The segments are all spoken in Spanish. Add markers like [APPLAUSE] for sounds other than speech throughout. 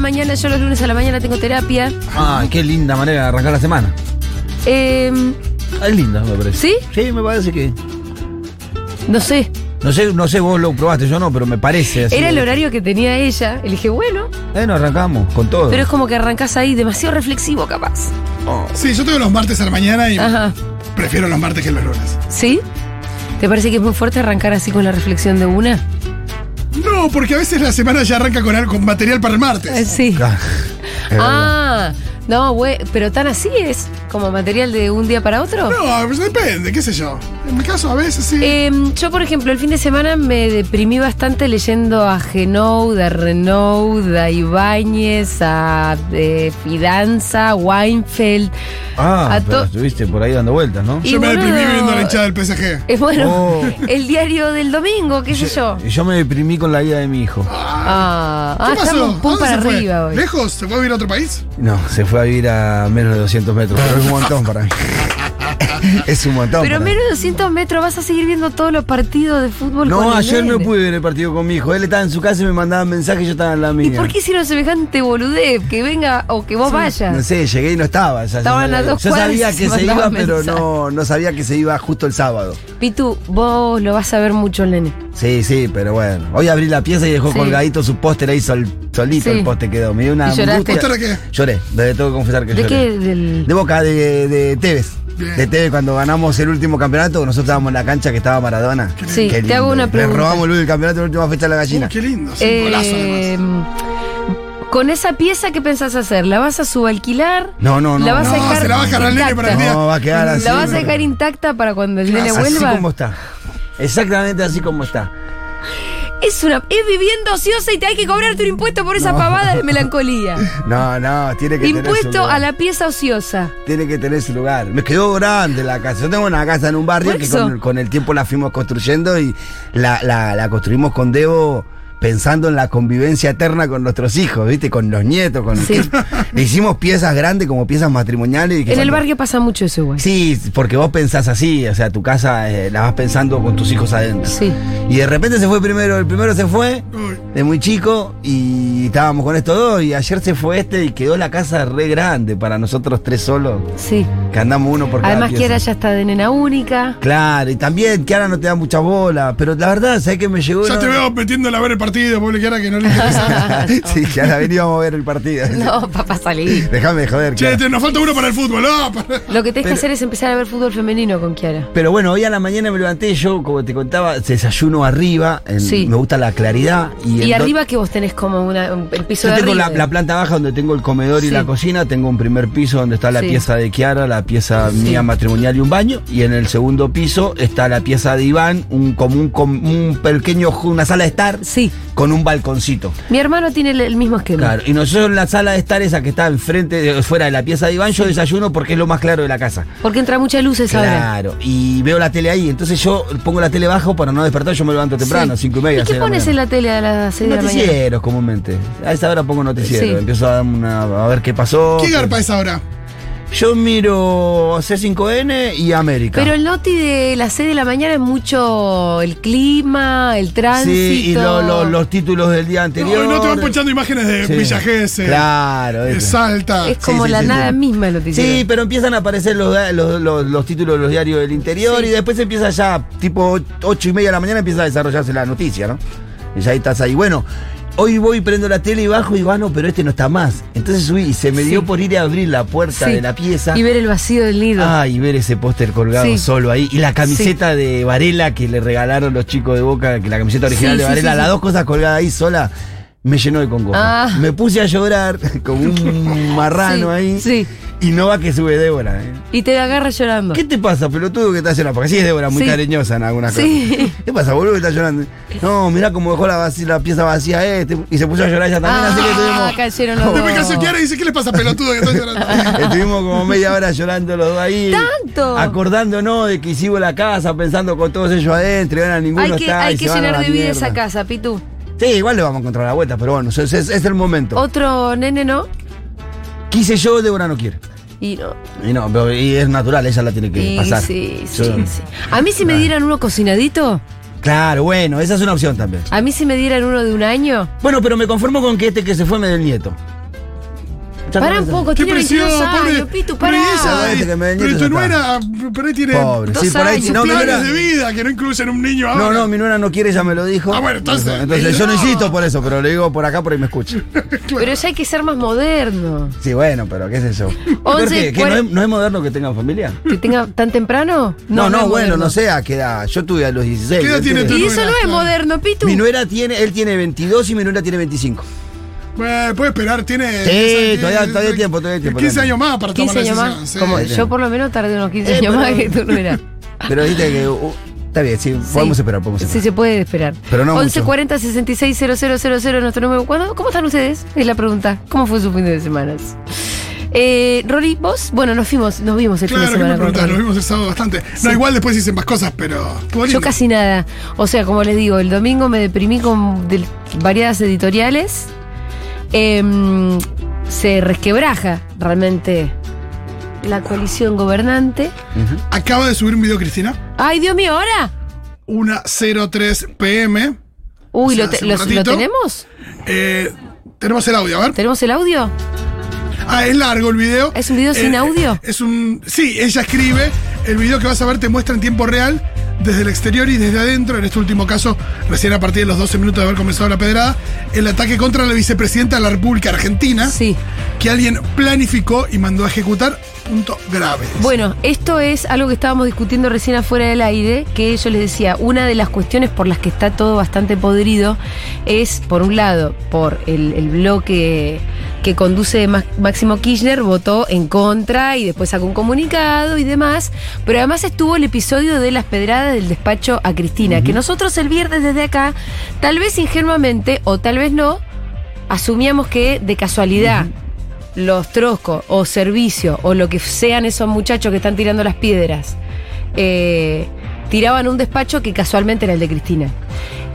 mañana, yo los lunes a la mañana tengo terapia. Ah, qué linda manera de arrancar la semana. Em, Ah, Es linda, me parece. ¿Sí? Sí, me parece que. no sé. No sé, no sé, vos lo probaste, yo no, pero me parece así. Era el horario que tenía ella. Le dije, bueno, Bueno, arrancamos con todo. pero es como que arrancás ahí demasiado reflexivo, capaz. Oh. Sí, yo tengo los martes a la mañana y Ajá. prefiero los martes que los lunes. ¿Sí? ¿Te parece que es muy fuerte arrancar así con la reflexión de una? No, porque a veces la semana ya arranca con, algo- con material para el Eh, martes. Sí. [LAUGHS] Ah, es verdad. Ah, no, güey, pero tan así es, como material de un día para otro. No, pues depende, qué sé yo. En mi caso, a veces sí. Em, yo, por ejemplo, el fin de semana me deprimí bastante leyendo a Genoud, a Renaud, a Ibáñez, a eh, Fidanza, Weinfeld. Ah, a pero to- estuviste por ahí dando vueltas, ¿no? Y yo me boludo, deprimí viendo la hinchada del PSG. eh, bueno, Oh. el diario del domingo, qué sé yo. Y yo me deprimí con la vida de mi hijo. Ah, ah, ¿Qué pasó? estamos un pum ¿A dónde para se fue? arriba hoy. ¿Lejos? ¿Se fue a vivir a otro país? No, se fue a vivir a menos de 200 metros, pero es un montón para mí. [LAUGHS] es un montón. Pero para mí. menos de 200 metros vas a seguir viendo todos los partidos de fútbol. con No, el ayer no nene. pude ver el partido con mi hijo. Él estaba en su casa y me mandaba mensajes, yo estaba en la mía. ¿Y por qué hicieron semejante boludez? Que venga o que vos vayas. No sé, llegué y no estaba. o sea, Estaban yo a sabía, dos yo sabía cuadras y que se se iba, mandaban pero mensajes. no, no sabía que se iba justo el sábado. Pitu, vos lo vas a ver mucho el nene. Sí, sí, pero bueno. Hoy abrí la pieza y dejó Sí. colgadito su póster ahí sol- solito Sí. el póster quedó. Me dio una ¿Y lloraste? angustia. ¿Póster de qué? Lloré, de- tengo que confesar que ¿De lloré. qué? Del... De Boca, de, de Tevez. Bien. De Tevez cuando ganamos el último campeonato, nosotros estábamos en la cancha que estaba Maradona. Sí, Qué te lindo. hago una pregunta. Le robamos el campeonato en la última fecha a la Uh, gallina. qué lindo, sí, un golazo Eh, además. Con esa pieza, ¿qué pensás hacer? ¿La vas a subalquilar? No, no, no. ¿La vas no, a dejar se la va a dejar al nene intacta? para el día. No, va a quedar así. ¿La vas a dejar intacta para cuando el nene Así vuelva? como está. Exactamente así como está. Es una es vivienda ociosa y te hay que cobrarte un impuesto por esa pavada de [LAUGHS] melancolía. No, no, tiene que tener su impuesto lugar. a la pieza ociosa. Tiene que tener su lugar. Me quedó grande la casa. Yo tengo una casa en un barrio Por que eso. con, con el tiempo la fuimos construyendo y la, la- la construimos con Debo pensando en la convivencia eterna con nuestros hijos, ¿viste? Con los nietos, con Sí. Le hicimos piezas grandes como piezas matrimoniales. y que En el cuando- barrio pasa mucho eso, igual. Sí, porque vos pensás así, o sea, tu casa eh, la vas pensando con tus hijos adentro. Sí. Y de repente se fue primero, el primero se fue Uy. de muy chico y estábamos con estos dos y ayer se fue este y quedó la casa re grande para nosotros tres solos, sí. que andamos uno por cada Además, pieza. Kiara ya está de nena única. Claro, y también Kiara no te da mucha bola, pero la verdad, ¿sabes que me llegó? Ya una- te veo metiéndole a ver el partido, pobre Kiara, que no le [LAUGHS] interesa. [LAUGHS] sí, Kiara, veníamos a ver el partido. No, papá, salí. Déjame de joder, che, Kiara. te- nos falta uno para el fútbol. ah, para- Lo que tenés que hacer es empezar a ver fútbol femenino con Kiara. Pero bueno, hoy a la mañana me levanté yo, como te contaba, desayuno arriba, en- Sí. me gusta la claridad. Y, Y, ento- arriba que vos tenés como una, un- el piso Yo de tengo arriba. la, la planta baja donde tengo el comedor y Sí. la cocina, tengo un primer piso donde está la Sí. pieza de Kiara, la pieza Sí. mía matrimonial y un baño, y en el segundo piso está la pieza de Iván, un, como un, com- un pequeño, ju- una sala de estar Sí. con un balconcito. Mi hermano tiene el, el mismo esquema. Claro, y nosotros en la sala de estar esa que está enfrente, de- fuera de la pieza de Iván, yo desayuno porque es lo más claro de la casa. Porque entra mucha luz esa hora. Claro, y veo la tele ahí, entonces yo pongo la tele bajo para no despertar, yo me levanto temprano, Sí. cinco y media. ¿Y qué seis de la pones mañana. en la tele a las 6 de la mañana? Noticieros comúnmente. A esa hora pongo noticieros. Sí. Empiezo a, dar una- a ver qué pasó. Pues, ¿Qué garpa es ahora? Yo miro C5N y América. Pero el noti de las 6 de la mañana es mucho el clima, el tránsito. sí, y lo- lo- los títulos del día anterior. No, no te van ponchando imágenes de Sí. Villa Gesell, Claro. de eso. Salta. Es como Sí, sí, la sí, nada sí. misma el noticiero. Sí, pero empiezan a aparecer los, da- los, los- los títulos de los diarios del interior Sí. y después empieza ya, tipo 8 y media de la mañana, empieza a desarrollarse la noticia, ¿no? Y ya ahí estás ahí. Bueno, hoy voy, prendo la tele y bajo y digo, ah, no, pero este no está más. Entonces subí y se me dio Sí. por ir a abrir la puerta Sí. de la pieza. Y ver el vacío del nido. Ah, y ver ese póster colgado Sí. solo ahí. Y la camiseta de Varela que le regalaron los chicos de Boca, que la camiseta original Sí, de sí, Varela, sí, las sí. dos cosas colgadas ahí sola, me llenó de congoja. Ah. Me puse a llorar [LAUGHS] como un marrano [LAUGHS] Sí, ahí. sí. Y no va que sube Débora. ¿eh? Y te agarra llorando. ¿Qué te pasa, pelotudo, que estás llorando? Porque sí es Débora, muy Sí. cariñosa en algunas Sí. cosas. ¿Qué pasa, boludo, que estás llorando? No, mirá cómo dejó la, vaci- la pieza vacía este. Y se puso a llorar ella también, Ah, así que tuvimos... cayeron [LAUGHS] los Después dos. que hace Kiara y dice, ¿qué le pasa, pelotudo, que [LAUGHS] estás llorando? Estuvimos como media hora llorando los dos ahí. ¡Tanto! Acordándonos de que hicimos la casa, pensando con todos ellos adentro, y ahora ninguno Hay que, está. hay y que se van a llenar la de vida mierda. esa casa, Pitu. Sí, igual le vamos a encontrar la vuelta, pero bueno, es, es- es el momento. Otro nene no. Quise yo, Débora no quiere. Y no. Y no, pero- y es natural, ella la tiene que Y pasar. sí, sí, Yo- sí. A mí si me dieran uno cocinadito, Claro, bueno, esa es una opción también. a mí si me dieran uno de un año, Bueno, pero me conformo con que este que se fue me dé el nieto. Ya Pará un con eso. poco, ¡Qué tiene 22 presión, años, pobre! Pitu, pero pará. [LAUGHS] y esa, Este que me venía se pero tu saca. nuera, por ahí tiene Pobre. Sí, Dos por ahí. años, si no, mi planes nuera- de vida que no incluyen un niño ahora. no, no, mi nuera no quiere, ya me lo dijo. Ah, bueno, entonces- Entonces yo no No. insisto por eso, pero lo digo por acá, por ahí me escucha. Pero ya hay que ser más moderno. Sí, bueno, pero qué sé yo. [LAUGHS] ¿Por Once, qué? ¿Que no, cuarenta- es, no es moderno que tengan familia? ¿Que tenga tan temprano? No, es no, bueno, moderno. no sé a qué edad. Yo tuve a los 16. ¿Qué edad él tiene tu Y eso Claro. no es moderno, Pitu. Mi nuera tiene, él tiene 22 y mi nuera tiene 25. Eh, puede esperar, tiene. Sí, 10 años, todavía- tiene- todavía hay tiempo, todavía hay tiempo, 15 todavía. años más para 15 tomar la años decisión. más. sí. Como sí. yo por lo menos tardé unos 15 años más que tú no eras. Pero [LAUGHS] viste que. uh, está bien, sí, podemos esperar, podemos Sí, esperar. se puede esperar. Pero no 1140 660000 nuestro número. ¿Cuándo- ¿Cómo están ustedes? Es la pregunta. ¿Cómo fue su fin de semana? Eh, Rory, ¿vos? Bueno, nos vimos, nos vimos el Claro, fin que de me semana. con preguntás, lo Rory. vimos el sábado bastante. No, igual después hice más cosas, pero. estuvo Yo lindo. casi nada. O sea, como les digo, el domingo me deprimí con del- variadas editoriales. Em, se resquebraja realmente la coalición gobernante. Ujú. Acaba de subir un video, Cristina. ¡Ay, Dios mío, ahora! 1.03 pm. Uy, O sea, ¿lo, te- hace un los- ¿lo ratito. tenemos? Eh, tenemos el audio, a ver. ¿Tenemos el audio? Ah, es largo el video. Eh, ¿Es un video sin audio? Es un. Sí, ella escribe. El video que vas a ver te muestra en tiempo real, desde el exterior y desde adentro. En este último caso, recién a partir de los 12 minutos de haber comenzado la pedrada, el ataque contra la vicepresidenta de la República Argentina. Sí. Que alguien planificó y mandó a ejecutar. Punto grave. Bueno, esto es algo que estábamos discutiendo recién afuera del aire, que yo les decía, una de las cuestiones por las que está todo bastante podrido es, por un lado, por el, el bloque que conduce Ma- Máximo Kirchner, votó en contra y después sacó un comunicado y demás, pero además estuvo el episodio de las pedradas del despacho a Cristina, que nosotros el viernes desde acá, tal vez ingenuamente o tal vez no, asumíamos que de casualidad los troscos o servicio o lo que sean esos muchachos que están tirando las piedras eh, tiraban un despacho que casualmente era el de Cristina.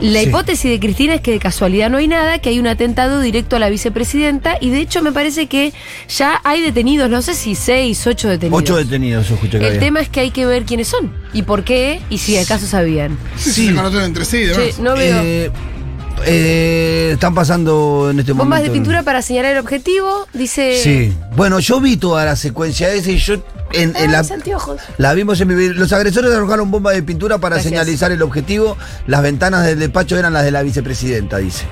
La Sí. hipótesis de Cristina es que de casualidad no hay nada, que hay un atentado directo a la vicepresidenta y de hecho me parece que ya hay detenidos, no sé si seis, ocho detenidos. Ocho detenidos, yo escuché El que había. tema es que hay que ver quiénes son y por qué y si acaso sabían. Sí, Sí. se conocen entre sí, de Che, verdad. no veo. Eh, eh, están pasando en este Bombas momento. de pintura para señalar el objetivo, dice... Sí. Bueno, yo vi toda la secuencia esa y yo en, en Ah, la, los anteojos. la vimos en mi video. Los agresores arrojaron bombas de pintura para Gracias. señalizar el objetivo. Las ventanas del despacho eran las de la vicepresidenta, dice.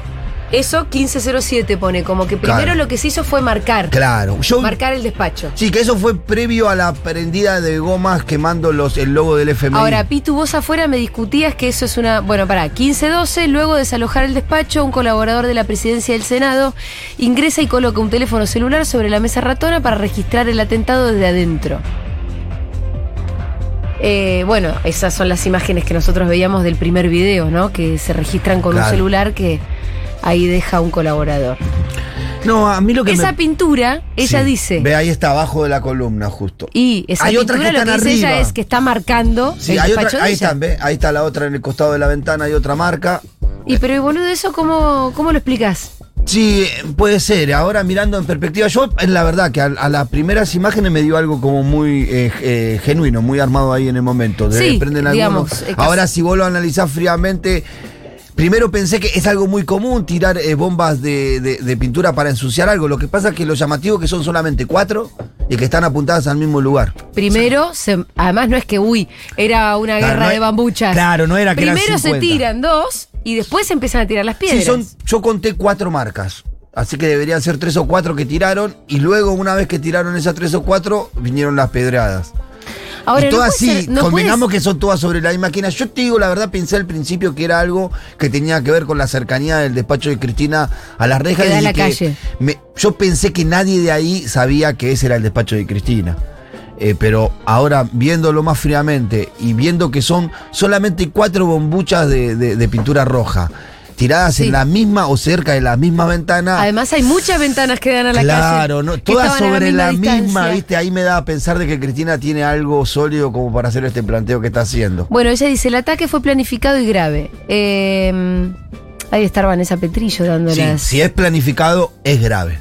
Eso 1507 pone, como que primero Claro. lo que se hizo fue marcar. Claro. Yo, Marcar el despacho. Sí, que eso fue previo a la prendida de gomas quemando los, el logo del FMI. Ahora, Pitu, vos afuera me discutías que eso es una. Bueno, pará, 15-12, luego desalojar el despacho, un colaborador de la presidencia del Senado ingresa y coloca un teléfono celular sobre la mesa ratona para registrar el atentado desde adentro. Eh, bueno, esas son las imágenes que nosotros veíamos del primer video, ¿no? Que se registran con Claro. un celular que ahí deja un colaborador. no, a mí lo que Esa me- pintura, ella Sí. dice. Ve, ahí está abajo de la columna, justo. Y esa Hay otras pintura que lo que están dice ella arriba. es que está marcando Sí, el hay despacho otra, de ahí ella. están, ve, ahí está la otra en el costado de la ventana, hay otra marca. Y pero boludo, eso cómo, cómo lo explicas? Sí, puede ser. Ahora mirando en perspectiva, yo es la verdad que a, a las primeras imágenes me dio algo como muy eh, eh, genuino, muy armado ahí en el momento. De- Sí, prenden digamos, algunos. eh, casi- Ahora si vos lo analizás fríamente, primero pensé que es algo muy común tirar eh, bombas de, de- de pintura para ensuciar algo. Lo que pasa es que lo llamativo es que son solamente cuatro y que están apuntadas al mismo lugar. Primero, se- además no es que uy, era una Claro, guerra no de es- bambuchas. claro, no era que eran Primero se 50. tiran dos y después se empiezan a tirar las piedras. Sí, son, yo conté cuatro marcas. Así que deberían ser tres o cuatro que tiraron. Y luego, una vez que tiraron esas tres o cuatro, vinieron las pedradas. Ahora, y todas no puede sí, ser- no convengamos puedes- que son todas sobre la misma máquina. Yo te digo, la verdad, pensé al principio que era algo que tenía que ver con la cercanía del despacho de Cristina a las rejas. Que da y la que calle. me- yo pensé que nadie de ahí sabía que ese era el despacho de Cristina. Eh, pero ahora, viéndolo más fríamente y viendo que son solamente cuatro bombuchas de, de- de pintura roja, tiradas Sí. en la misma o cerca de la misma ventana. Además hay muchas ventanas que dan a la calle. Claro, no, que todas estaban a sobre la misma, distancia. ¿viste? Ahí me da a pensar de que Cristina tiene algo sólido como para hacer este planteo que está haciendo. Bueno, ella dice, el ataque fue planificado y grave. Eh, ahí está Vanessa Petrillo dando Sí, las... si es planificado, es grave.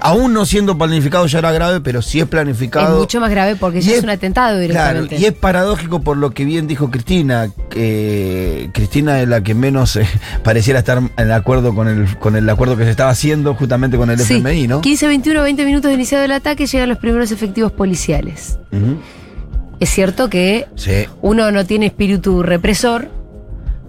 Aún no siendo planificado ya era grave, pero si es planificado. Es mucho más grave porque ya Y es un atentado directamente. Claro, y es paradójico por lo que bien dijo Cristina. que Cristina es la que menos eh, pareciera estar en acuerdo con el, con el acuerdo que se estaba haciendo justamente con el Sí, FMI, ¿no? 15, 21, 20 minutos de iniciado el ataque llegan los primeros efectivos policiales. Ujú. Es cierto que Sí. uno no tiene espíritu represor,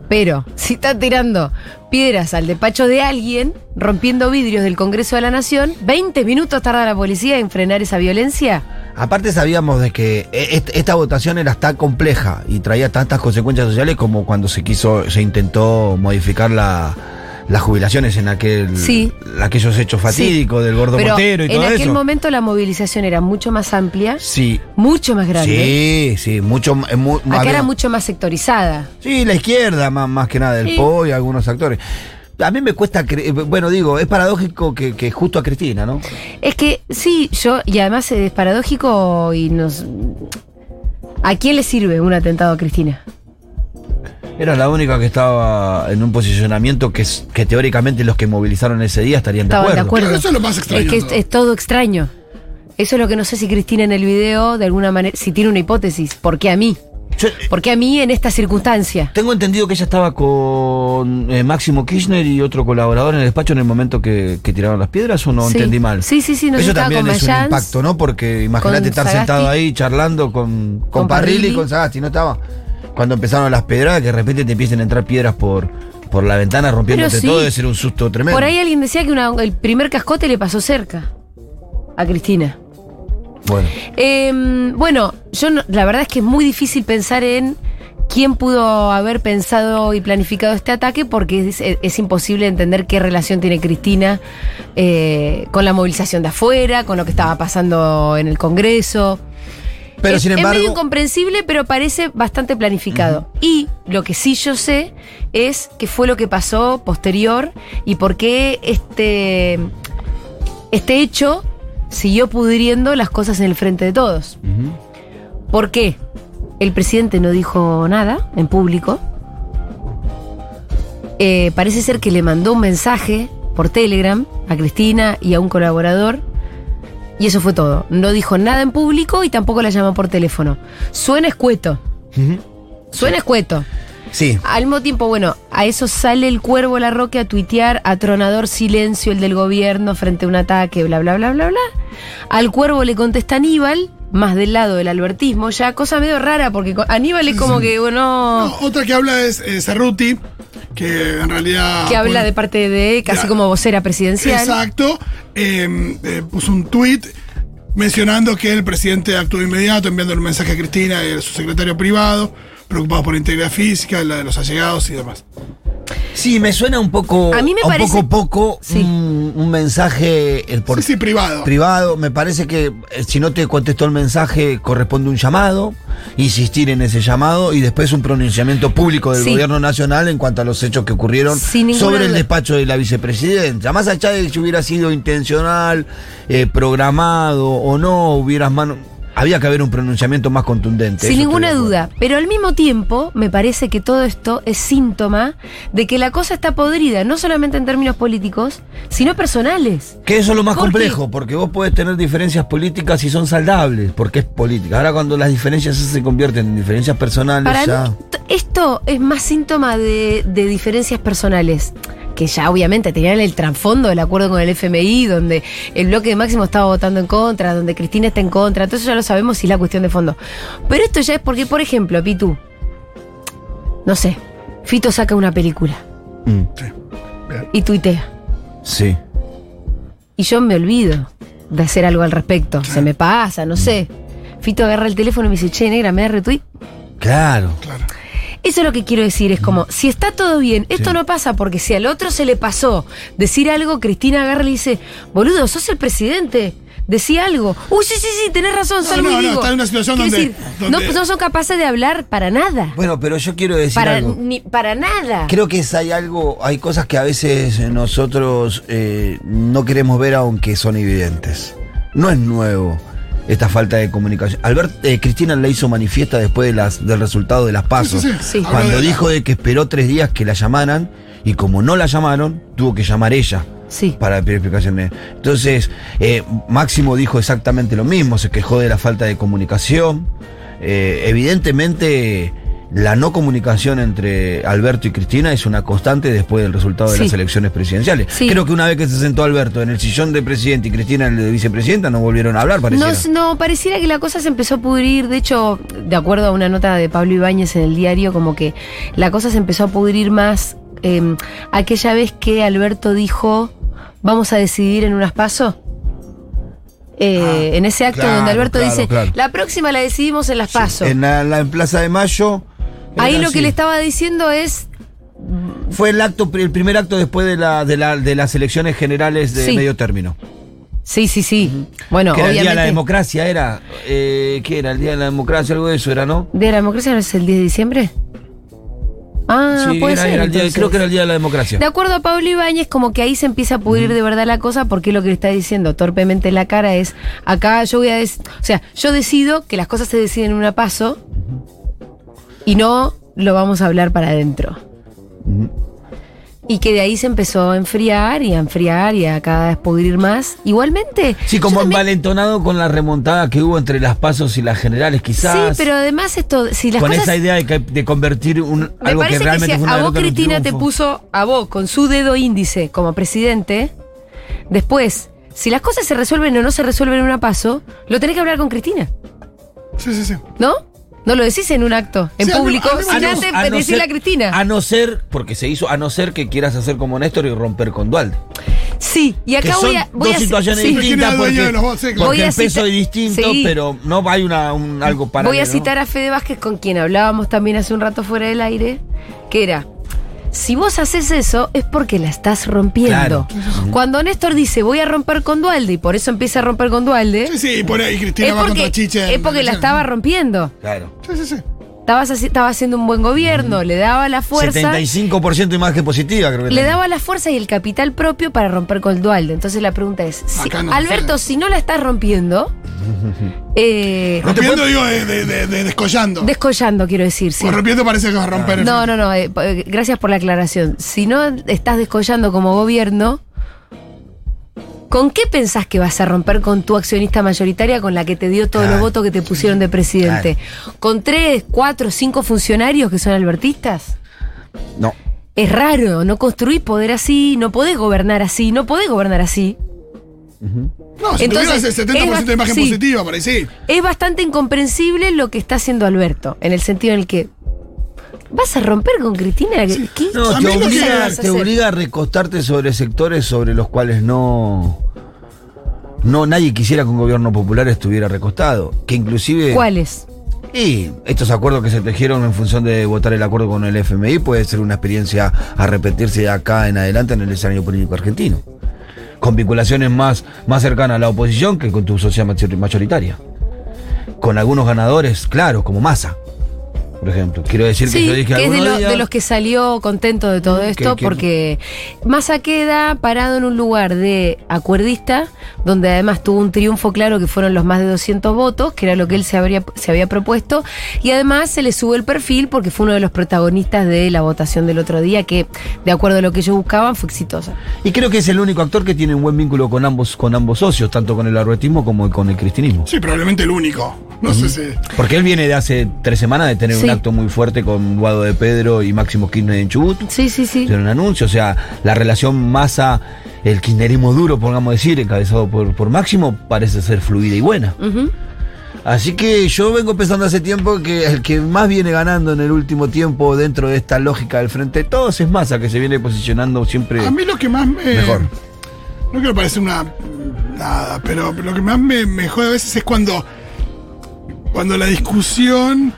pero si está tirando piedras al despacho de alguien, rompiendo vidrios del Congreso de la Nación, 20 minutos tarda la policía en frenar esa violencia. Aparte sabíamos de que e- est- esta votación era tan compleja y traía tantas consecuencias sociales como cuando se quiso, se intentó modificar la- las jubilaciones en aquel, Sí. aquellos hechos fatídicos del gordo Pero portero y en todo aquel eso. momento la movilización era mucho más amplia, Sí, mucho más grande. sí, sí, mucho, m- eh, mu- Acá había- era mucho más sectorizada. Sí, la izquierda, más, más que nada, del Sí. PO y algunos actores. A mí me cuesta, cre- eh, bueno, digo, es paradójico que, que justo a Cristina, ¿no? Es que sí, yo, y además es paradójico y nos... ¿A quién le sirve un atentado a Cristina? Era la única que estaba en un posicionamiento que, s- que teóricamente los que movilizaron ese día estarían de Estaban de acuerdo. acuerdo. Claro, eso es lo más extraño Es que de es, todo. es todo extraño. Eso es lo que no sé si Cristina en el video, de alguna manera, si tiene una hipótesis. ¿Por qué a mí? Yo, eh, ¿Por qué a mí en esta circunstancia? tengo entendido que ella estaba con eh, Máximo Kirchner y otro colaborador en el despacho en el momento que, que tiraron las piedras, ¿o no Sí. entendí mal? Sí, sí, sí, no, yo Eso estaba también con es un Mayans, impacto, ¿no? Porque imagínate con estar Sagasti. sentado ahí charlando con, con, Con Parrilli y Parrilli. con Sagasti, ¿no estaba? Cuando empezaron las pedradas, que de repente te empiecen a entrar piedras por, por la ventana, rompiéndote Pero sí. todo, debe ser un susto tremendo. Por ahí alguien decía que una- el primer cascote le pasó cerca a Cristina. Bueno, Eh, bueno, yo no- la verdad es que es muy difícil pensar en quién pudo haber pensado y planificado este ataque porque es, es imposible entender qué relación tiene Cristina eh, con la movilización de afuera, con lo que estaba pasando en el Congreso. pero es, sin es embargo... medio incomprensible, pero parece bastante planificado. Y lo que sí yo sé es qué fue lo que pasó posterior y por qué este, este hecho siguió pudriendo las cosas en el frente de todos. Ujú. ¿Por qué? El presidente no dijo nada en público. Eh, parece ser que le mandó un mensaje por Telegram a Cristina y a un colaborador. Y eso fue todo. No dijo nada en público y tampoco la llamó por teléfono. Suena escueto. Suena escueto. Sí, Al mismo tiempo, bueno, a eso sale el cuervo La Roque a tuitear atronador silencio el del gobierno frente a un ataque, bla, bla, bla, bla, bla. Al cuervo le contesta Aníbal, más del lado del albertismo, ya cosa medio rara, porque co- Aníbal es como que, No, bueno, otra que habla es eh, Cerruti, que en realidad. que habla Ah, bueno, de parte de, casi Ya. como vocera presidencial. Exacto. eh, eh, puso un tuit mencionando que el presidente actuó de inmediato, enviando un mensaje a Cristina y a su secretario privado, preocupados por la integridad física, la de los allegados y demás. sí, me suena un poco... A mí me un parece- poco poco Sí. un, un mensaje... El por- Sí, sí, privado. privado. Me parece que eh, si no te contestó el mensaje, corresponde un llamado, insistir en ese llamado y después un pronunciamiento público del Sí. gobierno nacional en cuanto a los hechos que ocurrieron Sin ninguna sobre el duda. despacho de la vicepresidenta. Más allá de si hubiera sido intencional, eh, programado o no, hubieras mano. Había que haber un pronunciamiento más contundente. Sin eso ninguna estoy de duda. Pero al mismo tiempo, me parece que todo esto es síntoma de que la cosa está podrida, no solamente en términos políticos, sino personales. Que eso es lo más ¿Por qué? complejo, porque vos podés tener diferencias políticas y son saldables, porque es política. Ahora cuando las diferencias se convierten en diferencias personales, Para ya... mí, t- esto es más síntoma de, de diferencias personales. Que ya obviamente tenían el trasfondo del acuerdo con el FMI, donde el bloque de Máximo estaba votando en contra, donde Cristina está en contra, entonces ya lo sabemos si es la cuestión de fondo. Pero esto ya es porque, por ejemplo, Pitu, no sé, Fito saca una película Mm, y tuitea. sí. Y yo me olvido de hacer algo al respecto. Se me pasa, no sé. Fito agarra el teléfono y me dice, che, negra, me da retweet. Claro. Claro. Eso es lo que quiero decir, es como, si está todo bien, esto Sí. no pasa porque si al otro se le pasó decir algo, Cristina agarra y le dice, boludo, sos el presidente, decí algo. Uy, sí, sí, sí, tenés razón, No, salgo y no, no, digo. está en una situación Quiero donde- decir, donde- No, pues, no son capaces de hablar para nada. Bueno, pero yo quiero decir Para, algo. ni, para nada. Creo que es- hay algo, hay cosas que a veces nosotros eh, no queremos ver aunque son evidentes. No es nuevo esta falta de comunicación. Albert, eh, Cristina le hizo manifiesta después de las, del resultado de las pasos. Sí, sí, sí. Sí. Habla Cuando de la- dijo de que esperó tres días que la llamaran y como no la llamaron, tuvo que llamar ella. Sí. para pedir explicaciones. Entonces, eh, Máximo dijo exactamente lo mismo, se quejó de la falta de comunicación. Eh, evidentemente, la no comunicación entre Alberto y Cristina es una constante después del resultado de Sí. las elecciones presidenciales. Sí. Creo que una vez que se sentó Alberto en el sillón de presidente y Cristina en el de vicepresidenta, no volvieron a hablar, pareciera. No, no, pareciera que la cosa se empezó a pudrir. De hecho, de acuerdo a una nota de Pablo Ibáñez en el diario, como que la cosa se empezó a pudrir más eh, aquella vez que Alberto dijo, vamos a decidir en unas pasos. Ah, en ese acto claro, donde Alberto claro, dice, claro. la próxima la decidimos en las pasos. En la, la- en Plaza de Mayo. era Ahí lo así. que le estaba diciendo es, Fue el acto, el primer acto después de, la, de, la- de las elecciones generales de Sí. medio término. sí, sí, sí. Bueno, que era obviamente. el día de la democracia, era. Eh, ¿Qué era? El día de la democracia, algo de eso era, ¿no? ¿De la democracia no es el 10 de diciembre? Ah, Sí, puede era- ser. era el día- entonces. creo que era el día de la democracia. De acuerdo a Pablo Ibáñez, como que ahí se empieza a pudrir de verdad la cosa, porque lo que le está diciendo torpemente en la cara es, acá yo voy a dec- o sea, yo decido que las cosas se deciden en una paso y no lo vamos a hablar para adentro. Y que de ahí se empezó a enfriar y a enfriar y a cada vez pudrir más. Igualmente. Sí, yo como también- envalentonado con la remontada que hubo entre las pasos y las generales, quizás. Sí, pero además esto, si las con cosas esa idea de, que- de convertir un, Me algo que parece que, realmente si fue una a vos derrota en un Cristina te triunfo. puso, a vos con su dedo índice como presidente, después, si las cosas se resuelven o no se resuelven en un paso, lo tenés que hablar con Cristina, Sí, sí, sí. ¿no? No lo decís en un acto, en Sí, a mí- público, a mí me sin parece- antes decirle a Cristina. A no ser, porque se hizo, a no ser que quieras hacer como Néstor y romper con Dualde. sí, y que acá son voy a. voy dos a- situaciones sí. ¿Quién era distintas el dueño de los porque, votos? Sí, claro. porque Voy a el peso citar- es distinto, Sí. pero no hay una, un, algo para Voy a citar a Fede Vázquez, con quien hablábamos también hace un rato fuera del aire, que era. Si vos haces eso es porque la estás rompiendo. Claro. Cuando Néstor dice voy a romper con Dualde y por eso empieza a romper con Dualde, Sí, sí, por ahí Cristina es va contra porque, Chiche. en es porque la elecciones. estaba rompiendo. Claro. Sí, sí, sí. Estabas haci- estaba haciendo un buen gobierno, le daba la fuerza. 75% de imagen positiva, creo que Le tenía. daba la fuerza y el capital propio para romper con el dualde. Entonces la pregunta es, si- Acá no, Alberto, acá. si no la estás [LAUGHS] rompiendo, eh, No te Rompiendo, digo, de, de- de- de- descollando. descollando quiero decir, sí. Pues rompiendo parece que va a romper el- No, no, no, eh, eh, gracias por la aclaración. Si no estás descollando como gobierno, ¿con qué pensás que vas a romper con tu accionista mayoritaria con la que te dio todos los Claro. votos que te pusieron de presidente? ¿Con tres, cuatro, cinco funcionarios que son albertistas? No. Es raro, no construís poder así, no podés gobernar así, no podés gobernar así. No, si Entonces, tuvieras el 70% de es- imagen sí. positiva, por ahí sí. Es bastante incomprensible lo que está haciendo Alberto, en el sentido en el que. ¿Vas a romper con Cristina? ¿Qué- qué- No, A te mí lo que- obliga, vas a te hacer? obliga a recostarte sobre sectores sobre los cuales no. No, nadie quisiera que un gobierno popular estuviera recostado. Que inclusive. ¿Cuáles? Y estos acuerdos que se tejieron en función de votar el acuerdo con el FMI puede ser una experiencia a repetirse de acá en adelante en el escenario político argentino. Con vinculaciones más, más cercanas a la oposición que con tu sociedad mayor- mayoritaria. Con algunos ganadores, claro, como Massa, por ejemplo. Quiero decir que Sí, yo dije que es de, algunos lo- días- de los que salió contento de Mm, todo esto, que- porque Massa queda parado en un lugar de acuerdista, donde además tuvo un triunfo claro que fueron los más de 200 votos, que era lo que él se, habría, se había propuesto, y además se le sube el perfil porque fue uno de los protagonistas de la votación del otro día, que de acuerdo a lo que ellos buscaban fue exitosa. Y creo que es el único actor que tiene un buen vínculo con ambos, con ambos socios, tanto con el arroetismo como con el cristinismo. Sí, probablemente el único. No sé si. Porque él viene de hace tres semanas de tener Sí. un acto muy fuerte con Guado de Pedro y Máximo Kirchner en Chubut. Sí, sí, sí. Hicieron un anuncio, o sea, la relación masa, el kirchnerismo duro, pongamos decir, encabezado por, por Máximo, parece ser fluida y buena. Ujú. Así que yo vengo pensando hace tiempo que el que más viene ganando en el último tiempo dentro de esta lógica del frente de todos es Massa, que se viene posicionando siempre A mí lo que más me. mejor. No quiero parecer una. Nada, pero lo que más me, me jode a veces es cuando. Cuando la discusión.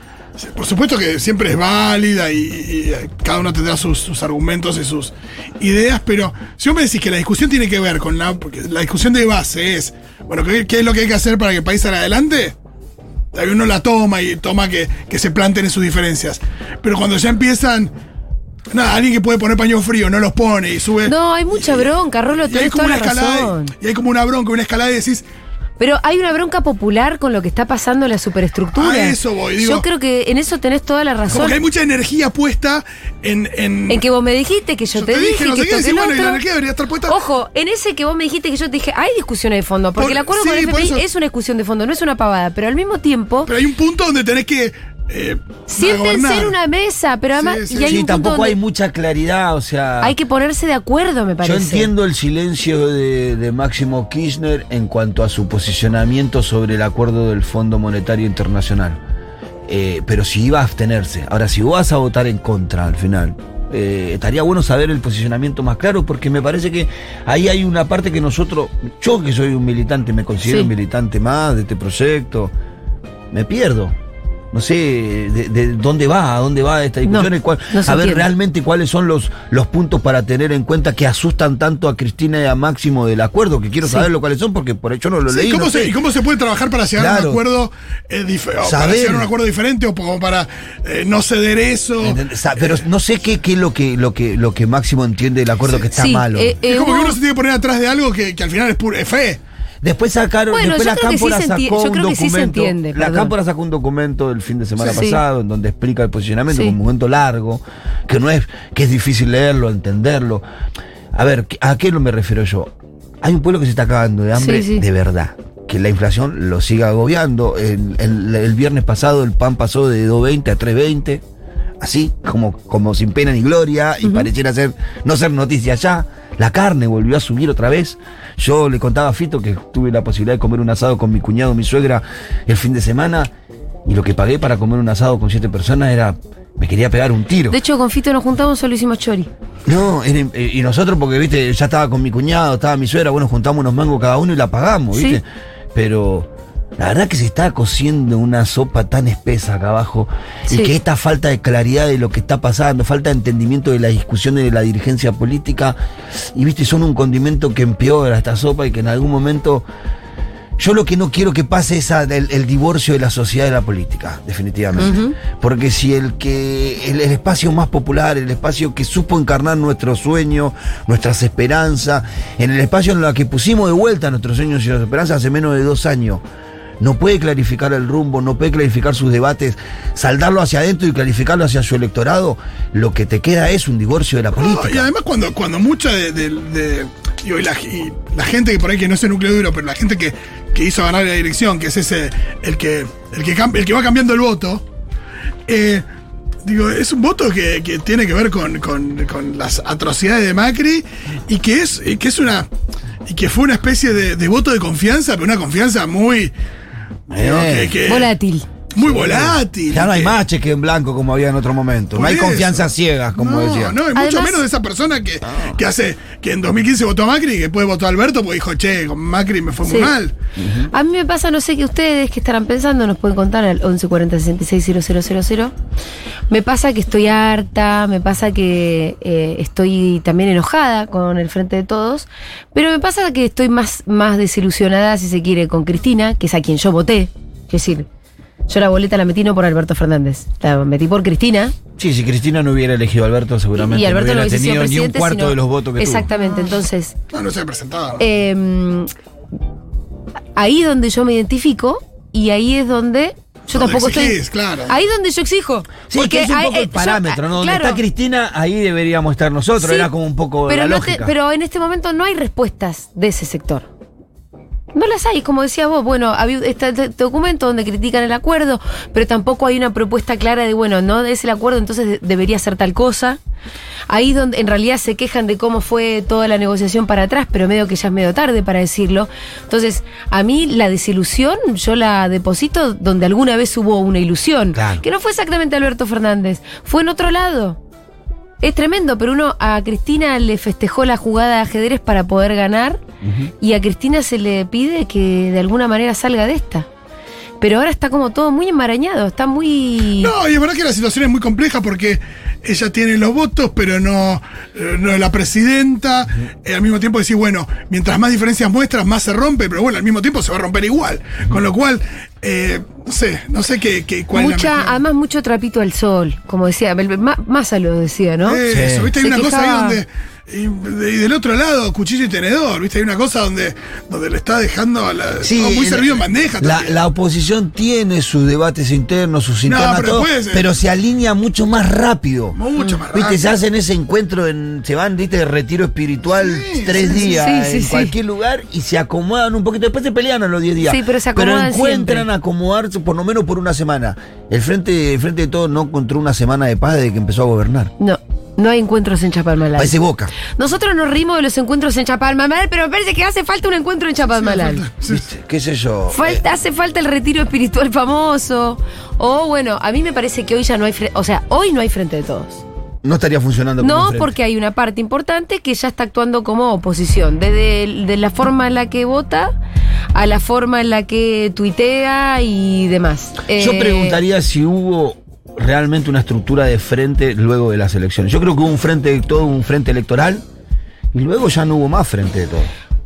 Por supuesto que siempre es válida y, y cada uno tendrá sus, sus argumentos y sus ideas, pero si vos me decís que la discusión tiene que ver con la. Porque la discusión de base es. Bueno, ¿qué, qué es lo que hay que hacer para que el país salga adelante? Ahí uno la toma y toma que, que se planten en sus diferencias. Pero cuando ya empiezan. Nada, alguien que puede poner paño frío, no los pone y sube. No, hay mucha bronca, Rolo, Y hay tenés como toda una la escalada. razón. de- y hay como una bronca, una escalada y decís. Pero hay una bronca popular con lo que está pasando en la superestructura. A eso voy, digo. Yo creo que en eso tenés toda la Como razón. que hay mucha energía puesta en. En, En que vos me dijiste, que yo, te, dije, no que sé qué, esto, que decís, lo bueno, y la otro. energía debería estar puesta. Ojo, en ese que vos me dijiste que yo te dije, hay discusiones de fondo, porque Por- el acuerdo sí, con el por FMI eso. es una discusión de fondo, no es una pavada, pero al mismo tiempo Pero hay un punto donde tenés que. Eh, sienten gobernar. ser una mesa, pero además Sí, sí. y hay Sí, un punto tampoco donde hay mucha claridad, o sea. hay que ponerse de acuerdo, me Yo parece. entiendo el silencio de, de Máximo Kirchner en cuanto a su posicionamiento sobre el acuerdo del Fondo Monetario Internacional. Eh, pero si iba a abstenerse. Ahora, si vos vas a votar en contra al final, eh, estaría bueno saber el posicionamiento más claro, porque me parece que ahí hay una parte que nosotros, yo que soy un militante, me considero Sí. un militante más de este proyecto, me pierdo. No sé de, de dónde va, a dónde va esta discusión, No, y cuál- no se a ver entiende. realmente cuáles son los, los puntos para tener en cuenta que asustan tanto a Cristina y a Máximo del acuerdo, que quiero Sí. saber lo cuáles son, porque por ahí yo no lo Sí, leí. ¿cómo no se, sé. ¿Y cómo se puede trabajar para llegar a un Claro. acuerdo eh, dif- o para Saber. llegar a un acuerdo diferente o como para eh, no ceder eso? Entend- sa- Pero no sé qué, qué es lo que, lo que, lo que Máximo entiende del acuerdo que está Sí, malo. eh, eh, es como que hubo- uno se tiene que poner atrás de algo que, que al final es, puro, es fe. Después sacaron, Bueno, después yo la creo que sí Cámpora se enti- sacó yo un creo que sí se documento. entiende, la perdón. Cámpora sacó un documento el fin de semana Sí. pasado en donde explica el posicionamiento Sí. con un momento largo, que no es, que es difícil leerlo, entenderlo. A ver, ¿a qué lo me refiero yo? Hay un pueblo que se está cagando de hambre Sí, sí. de verdad. Que la inflación lo siga agobiando. El, el- el viernes pasado el pan pasó de 2.20 a 3.20. Así, como, como sin pena ni gloria, y pareciera ser, no ser noticia ya. La carne volvió a subir otra vez. Yo le contaba a Fito que tuve la posibilidad de comer un asado con mi cuñado, mi suegra, el fin de semana, y lo que pagué para comer un asado con siete personas era. Me quería pegar un tiro. De hecho, con Fito nos juntamos, solo hicimos chori. No, era- eh, y nosotros porque, viste, ya estaba con mi cuñado, estaba mi suegra, bueno, juntamos unos mangos cada uno y la pagamos, viste. Sí. Pero la verdad que se está cociendo una sopa tan espesa acá abajo Sí. y que esta falta de claridad de lo que está pasando, falta de entendimiento de las discusiones de la dirigencia política, y viste, son un condimento que empeora esta sopa y que en algún momento... Yo lo que no quiero que pase es a- el, el divorcio de la sociedad y la política, definitivamente. Porque si el que el, el espacio más popular, el espacio que supo encarnar nuestros sueños, nuestras esperanzas, en el espacio en el que pusimos de vuelta nuestros sueños y nuestras esperanzas hace menos de dos años, no puede clarificar el rumbo, no puede clarificar sus debates, saldarlo hacia adentro y clarificarlo hacia su electorado, lo que te queda es un divorcio de la política. No, y además cuando, cuando mucha de, de- de- digo, y la, y la gente que por ahí que no es el núcleo duro, pero la gente que, que hizo ganar la dirección, que es ese, el que, el que, cam- el que va cambiando el voto, eh, digo, es un voto que, que tiene que ver con, con- con las atrocidades de Macri y que es, y que es una. Y que fue una especie de, de voto de confianza, pero una confianza muy. digo, Eh. que- que- Volátil. Muy volátil. Ya no hay que- más cheque en blanco como había en otro momento. No Por hay eso. confianzas ciegas, como no, decía. Ah. No, y mucho Además- menos de esa persona que, que hace que en 2015 votó a Macri y que después votó a Alberto porque dijo, che, con Macri me fue Sí. muy mal. A mí me pasa, no sé qué ustedes que estarán pensando, nos pueden contar al 1140 000. Me pasa que estoy harta, me pasa que eh, estoy también enojada con el frente de todos, pero me pasa que estoy más, más desilusionada, si se quiere, con Cristina, que es a quien yo voté. Es decir, yo la boleta la metí no por Alberto Fernández, la metí por Cristina. Sí, si Cristina no hubiera elegido a Alberto, seguramente Y Alberto no no hubiera hubiese sido tenido ni un presidente. cuarto sino- de los votos que Exactamente, entonces No, no se presentaba. eh, ahí donde yo me identifico y ahí es donde yo Donde tampoco exigís, estoy. claro. Ahí donde yo exijo. tuvo. Sí, que es un ahí- poco eh, el yo- parámetro, ¿no? Donde claro. está Cristina, ahí deberíamos estar nosotros. Sí, Era como un poco pero la no te- lógica. pero en este momento no hay respuestas de ese sector. No las hay, como decías vos, bueno, había este, este documento donde critican el acuerdo, pero tampoco hay una propuesta clara de, bueno, no es el acuerdo, entonces de- debería ser tal cosa. Ahí donde en realidad se quejan de cómo fue toda la negociación para atrás, pero medio que ya es medio tarde para decirlo. Entonces, a mí la desilusión yo la deposito donde alguna vez hubo una ilusión, Claro. que no fue exactamente Alberto Fernández, fue en otro lado. Es tremendo, pero uno a Cristina le festejó la jugada de ajedrez para poder ganar y a Cristina se le pide que de alguna manera salga de esta. Pero ahora está como todo muy enmarañado, está muy... No, y es verdad que la situación es muy compleja porque ella tiene los votos, pero no, eh, no es la presidenta. Eh, al mismo tiempo decir, bueno, mientras más diferencias muestras, más se rompe, pero bueno, al mismo tiempo se va a romper igual. Con lo cual, eh, no sé, no sé qué, qué cuál es la mucha, mejor- además mucho trapito al sol, como decía, Bel- Bel- Ma- Massa lo decía, ¿no? Eh, Sí. Eso, ¿viste? Hay Se una cosa ahí quejaba. donde Y, de- y del otro lado, cuchillo y tenedor, ¿viste? Hay una cosa donde, donde le está dejando a la- Sí, todo muy el- servido en bandeja. La, también. la oposición tiene sus debates internos, sus No, internas, pero todo, puede ser. pero se alinea mucho más rápido. Mucho más Viste, rápido. se hacen ese encuentro, en, se van, viste, de retiro espiritual Sí, tres sí, sí, días sí, sí, en sí. cualquier lugar y se acomodan un poquito. Después se pelean a los 10 días. Sí, pero se acomodan encuentran siempre. acomodarse por lo menos por una semana. El frente, el frente de todos no encontró una semana de paz desde que empezó a gobernar. No, no hay encuentros en Chapalmalal. Parece boca. Nosotros nos rimos de los encuentros en Chapalmalal, pero me parece que hace falta un encuentro en Chapalmalal. Sí, sí. ¿Viste? ¿Qué sé yo? Falta, hace falta el retiro espiritual famoso. O bueno, a mí me parece que hoy ya no hay, fre- o sea, hoy no hay frente de todos. Eh, No estaría funcionando como un No, frente. porque hay una parte importante que ya está actuando como oposición, desde el- de la forma en la que vota a la forma en la que tuitea y demás. Yo Eh, preguntaría si hubo realmente una estructura de frente luego de las elecciones. Yo creo que hubo un frente de todo, un frente electoral, y luego ya no hubo más frente de todo.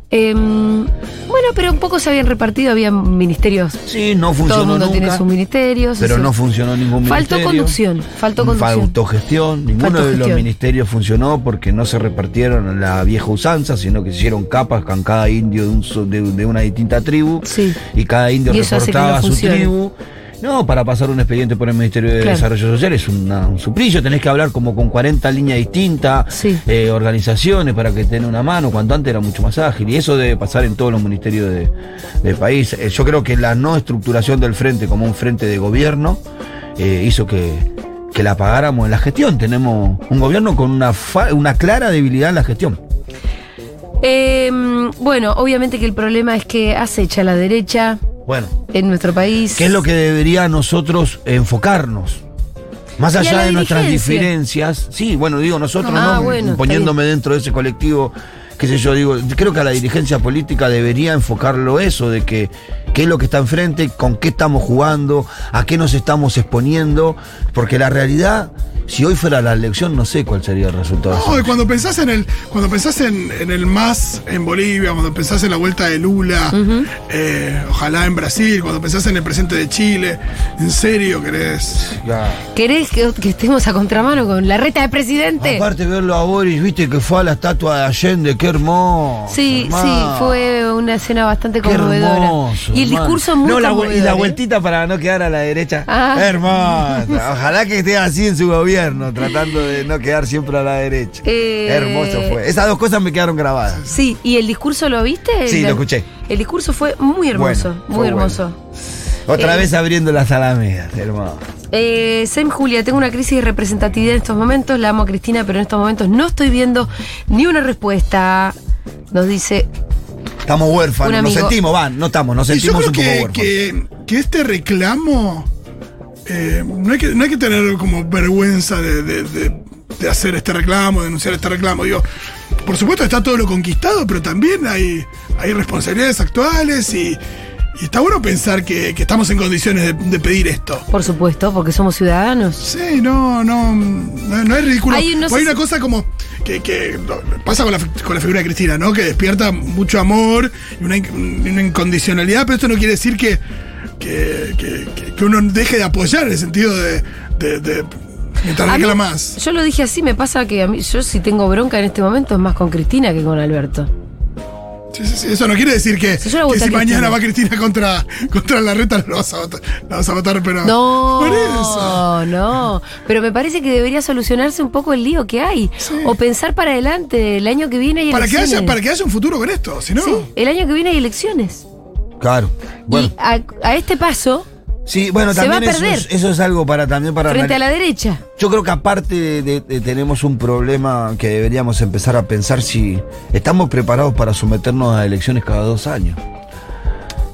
em, bueno, pero un poco se habían repartido, habían ministerios. Sí, no Todo funcionó el mundo nunca, tiene sus ministerios. pero eso. no funcionó ningún Faltó ministerio. conducción, faltó conducción. Faltó gestión. Ninguno Faltó de los gestión. ministerios funcionó porque no se repartieron a la vieja usanza, sino que se hicieron capas con cada indio de, un so- de- de una distinta tribu. Sí. Y cada indio Y eso hace que reportaba no a su funcione. tribu. No, para pasar un expediente por el Ministerio de Claro. Desarrollo Social es una- un suprillo. Tenés que hablar como con 40 líneas distintas, Sí. eh, organizaciones para que tengan una mano. Cuanto antes era mucho más ágil. Y eso debe pasar en todos los ministerios de- del país. Eh, yo creo que la no estructuración del frente como un frente de gobierno eh, hizo que, que la pagáramos en la gestión. Tenemos un gobierno con una, fa- una clara debilidad en la gestión. Em, bueno, obviamente que el problema es que acecha la derecha Bueno, en nuestro país. ¿qué es lo que debería a nosotros enfocarnos? Más Y a la allá de nuestras dirigencia. diferencias, sí, bueno, digo nosotros, Ah, ¿no? bueno, está poniéndome dentro de ese colectivo, qué sé yo, digo, creo que a la dirigencia política debería enfocarlo eso, de que qué es lo que está enfrente, con qué estamos jugando, a qué nos estamos exponiendo, porque la realidad, si hoy fuera la elección, no sé cuál sería el resultado. No, y cuando pensás en el, cuando pensás en, en el MAS en Bolivia, cuando pensás en la vuelta de Lula, eh, ojalá en Brasil, cuando pensás en el presidente de Chile, en serio querés. Ya. ¿Querés que, que estemos a contramano con la reta de presidente? Aparte verlo a Boris, viste que fue a la estatua de Allende, qué hermoso. Sí, sí, hermano. fue una escena bastante Qué conmovedora. hermoso, y el hermano. discurso muy No, la vu- conmovedor, Y la ¿eh? vueltita para no quedar a la derecha. Ah. Hermoso. [LAUGHS] Ojalá que esté así en su gobierno, tratando de no quedar siempre a la derecha. Eh. Hermoso fue. Esas dos cosas me quedaron grabadas. Sí, ¿y el discurso lo viste? Sí, El- lo escuché. El discurso fue muy hermoso, Bueno, muy fue hermoso. Otra Eh. vez abriendo las alamedas, hermano. Eh, Sem Julia, tengo una crisis de representatividad en estos momentos, la amo a Cristina, pero en estos momentos no estoy viendo ni una respuesta. Nos dice, Estamos Un huérfanos, nos amigo- sentimos, van, no estamos, nos Y yo sentimos creo un poco que, huérfanos. que, que este reclamo eh, no, hay que, no hay que tener como vergüenza de, de- de- de hacer este reclamo, de denunciar este reclamo. Digo, por supuesto está todo lo conquistado, pero también hay, hay responsabilidades actuales y, y está bueno pensar que, que estamos en condiciones de- de pedir esto. por supuesto, porque somos ciudadanos. Sí, no, no, no, no es ridículo. Hay Hay, unos- una cosa como que, que lo- pasa con la, fi- con la figura de Cristina, ¿no? Que despierta mucho amor y una, in- una incondicionalidad, pero esto no quiere decir que, que, que- que- que uno deje de apoyar en el sentido de, de, de mientras A mí- reclamas. yo lo dije así, me pasa que a mí, yo si tengo bronca en este momento es más con Cristina que con Alberto. Sí, sí, sí, Eso no quiere decir que que Si si, yo la voté a Cristina. mañana va Cristina contra, contra la reta, la vas a votar, la vas a votar pero. No, Por eso. no. Pero me parece que debería solucionarse un poco el lío que hay. Sí. O pensar para adelante, el año que viene hay Para que, elecciones. haya, para que haya un futuro con esto, si no. Sí, el año que viene hay elecciones. Claro. Bueno, Y a, a este paso, sí, bueno, se también va a eso, perder. es, eso es algo para también para frente a analizar. la derecha. Yo creo que aparte de- de- de- tenemos un problema que deberíamos empezar a pensar si estamos preparados para someternos a elecciones cada dos años.